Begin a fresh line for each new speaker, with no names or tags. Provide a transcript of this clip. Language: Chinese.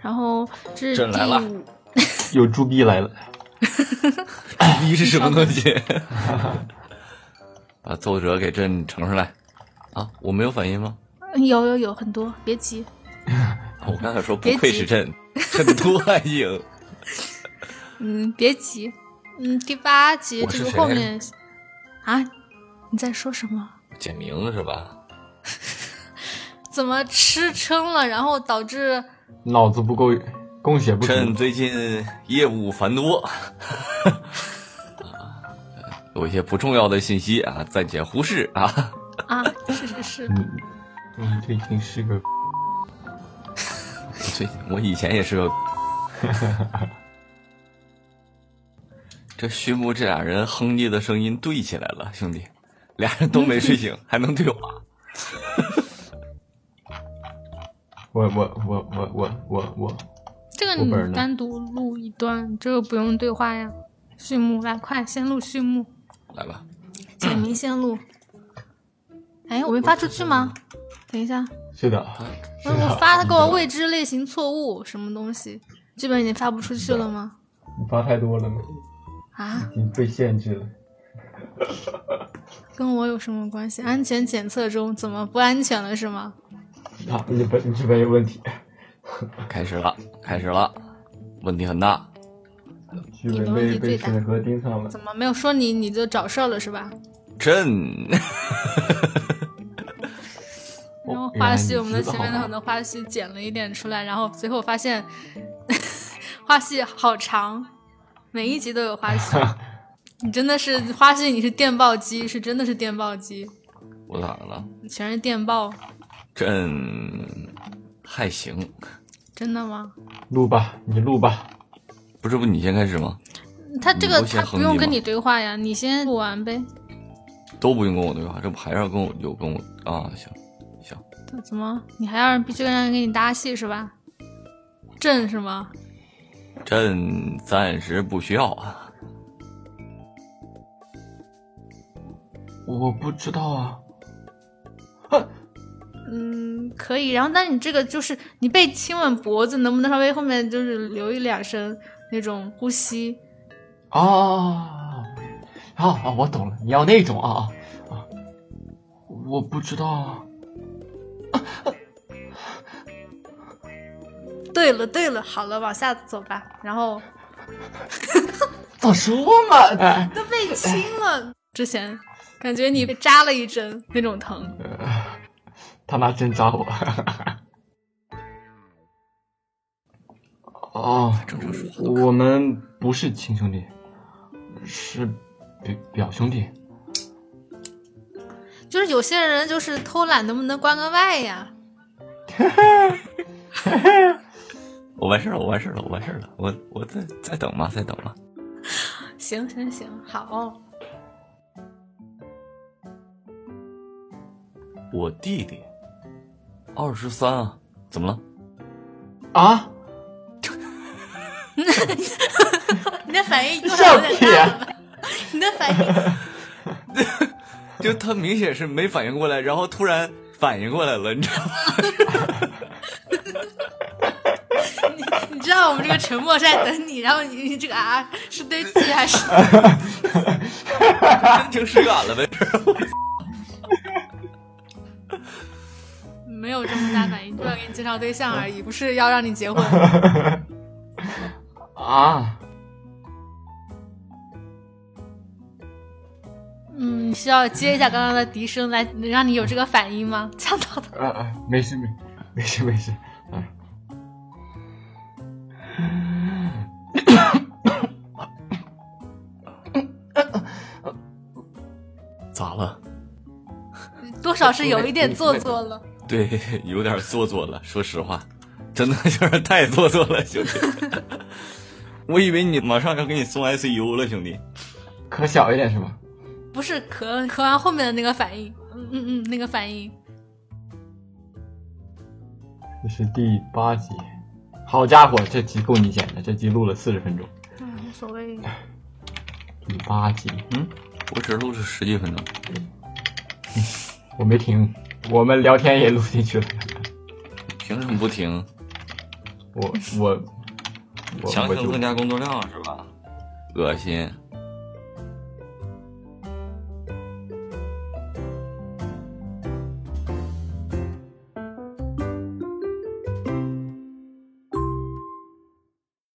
然后这是
朕来了
第
有猪逼来了，
逼是什么东西？ 把奏折给朕呈上来啊！我没有反应吗？
有有有很多，别急，
啊我刚才说不
别
愧
急
是朕，朕多啊硬。
嗯，别急，嗯，第八集
我
这
是
个
谁
后
来着
面啊，你在说什么？
简明是吧？
怎么吃撑了，然后导致
脑子不够，供血不足。
朕最近业务繁多， 啊，有一些不重要的信息啊，暂且忽视啊。
啊，是是是，
嗯，你最近是个
最近我以前也是个。这畜牧这俩人哼唧的声音对起来了，兄弟，俩人都没睡醒，还能对话。
我我我我我我我，
这个
我本人
你
呢
单独录一段，这个不用对话呀。序幕来，快先录序幕，
来吧，
简明先录。哎，我没发出去吗？等一下，
是的，是
我
的
我啊嗯发他给我未知类型错误什么东西，剧本已经发不出去了吗？
你发太多了吗？
啊，
你被限制了。
跟我有什么关系？安全检测中怎么不安全了是吗？
啊，你本你这本有问题，
开始了，开始了，问题很大。
剧
你的
本
问题
被
最
被
大
审核盯上了。
怎么没有说你你就找事儿了是吧？
朕，
然后
哦
花絮，
原来你
我们的
知道
前面的很多花絮剪了一点出来，然后随后发现 花絮好长，每一集都有花 絮。你真的是花絮，你是电报机，是真的是电报机，
我咋了？
全是电报，
朕还行，
真的吗？
录吧，你录吧。
不是不你先开始吗？
他这个
你不
他不
嫌横
用
你
跟
吗
你对话呀，你先录完呗。
都不用跟我对话，这不还是要跟我有跟我啊？行行，
怎么？你还要让必须让人给你搭戏是吧？朕是吗？
朕暂时不需要啊。
我不知道啊，
嗯，可以。然后，但你这个就是你被亲吻脖子，能不能稍微后面就是留一两声那种呼吸？
啊啊啊！我懂了，你要那种啊啊啊！我不知道啊，
对了，对了，好了，往下走吧。然后
早说嘛！哎，
都被亲了， 之前感觉你被扎了一针那种疼。
他拿针扎我。 哦，
正常说话
我们不是亲兄弟，是表表兄弟。
就是有些人就是偷懒，能不能关个外呀？
我完事儿了，我完事儿了，我完事儿了，我我再再等嘛，再等嘛。
行行行，好，哦
我弟弟二十三啊，怎么了？
啊，
你的反应多少有点大了吧？ 你的反应
就他明显是没反应过来，然后突然反应过来了，你知道吗？
你，你知道我们这个沉默是在等你，然后你你这个啊是对气还是？
就实感了呗。
没有这么大反 应，就要给你介绍对象而已，不是要让你结婚。
啊，
嗯，你需要接一下刚刚的笛声来让你有这个反应吗？ 呛到的。
呃呃，没事没没事没事，嗯、
咋了？
多少是有一点做作了。
对，有点做作了，说实话，真的有点太做作了，兄弟。 我以为你马上要给你送 ICU 了，兄弟。
可小一点是吧？
不是咳咳完后面的那个反应，嗯嗯嗯，那个反应。
这是第八集，好家伙，这集够你剪的，这集录了四十分钟。
嗯，无所谓。
第八集，
嗯，我只录了十几分钟，
我没停，我们聊天也录进去了。
凭什么不停？
我我我
强
我
行
就
增加工作量是吧？恶心！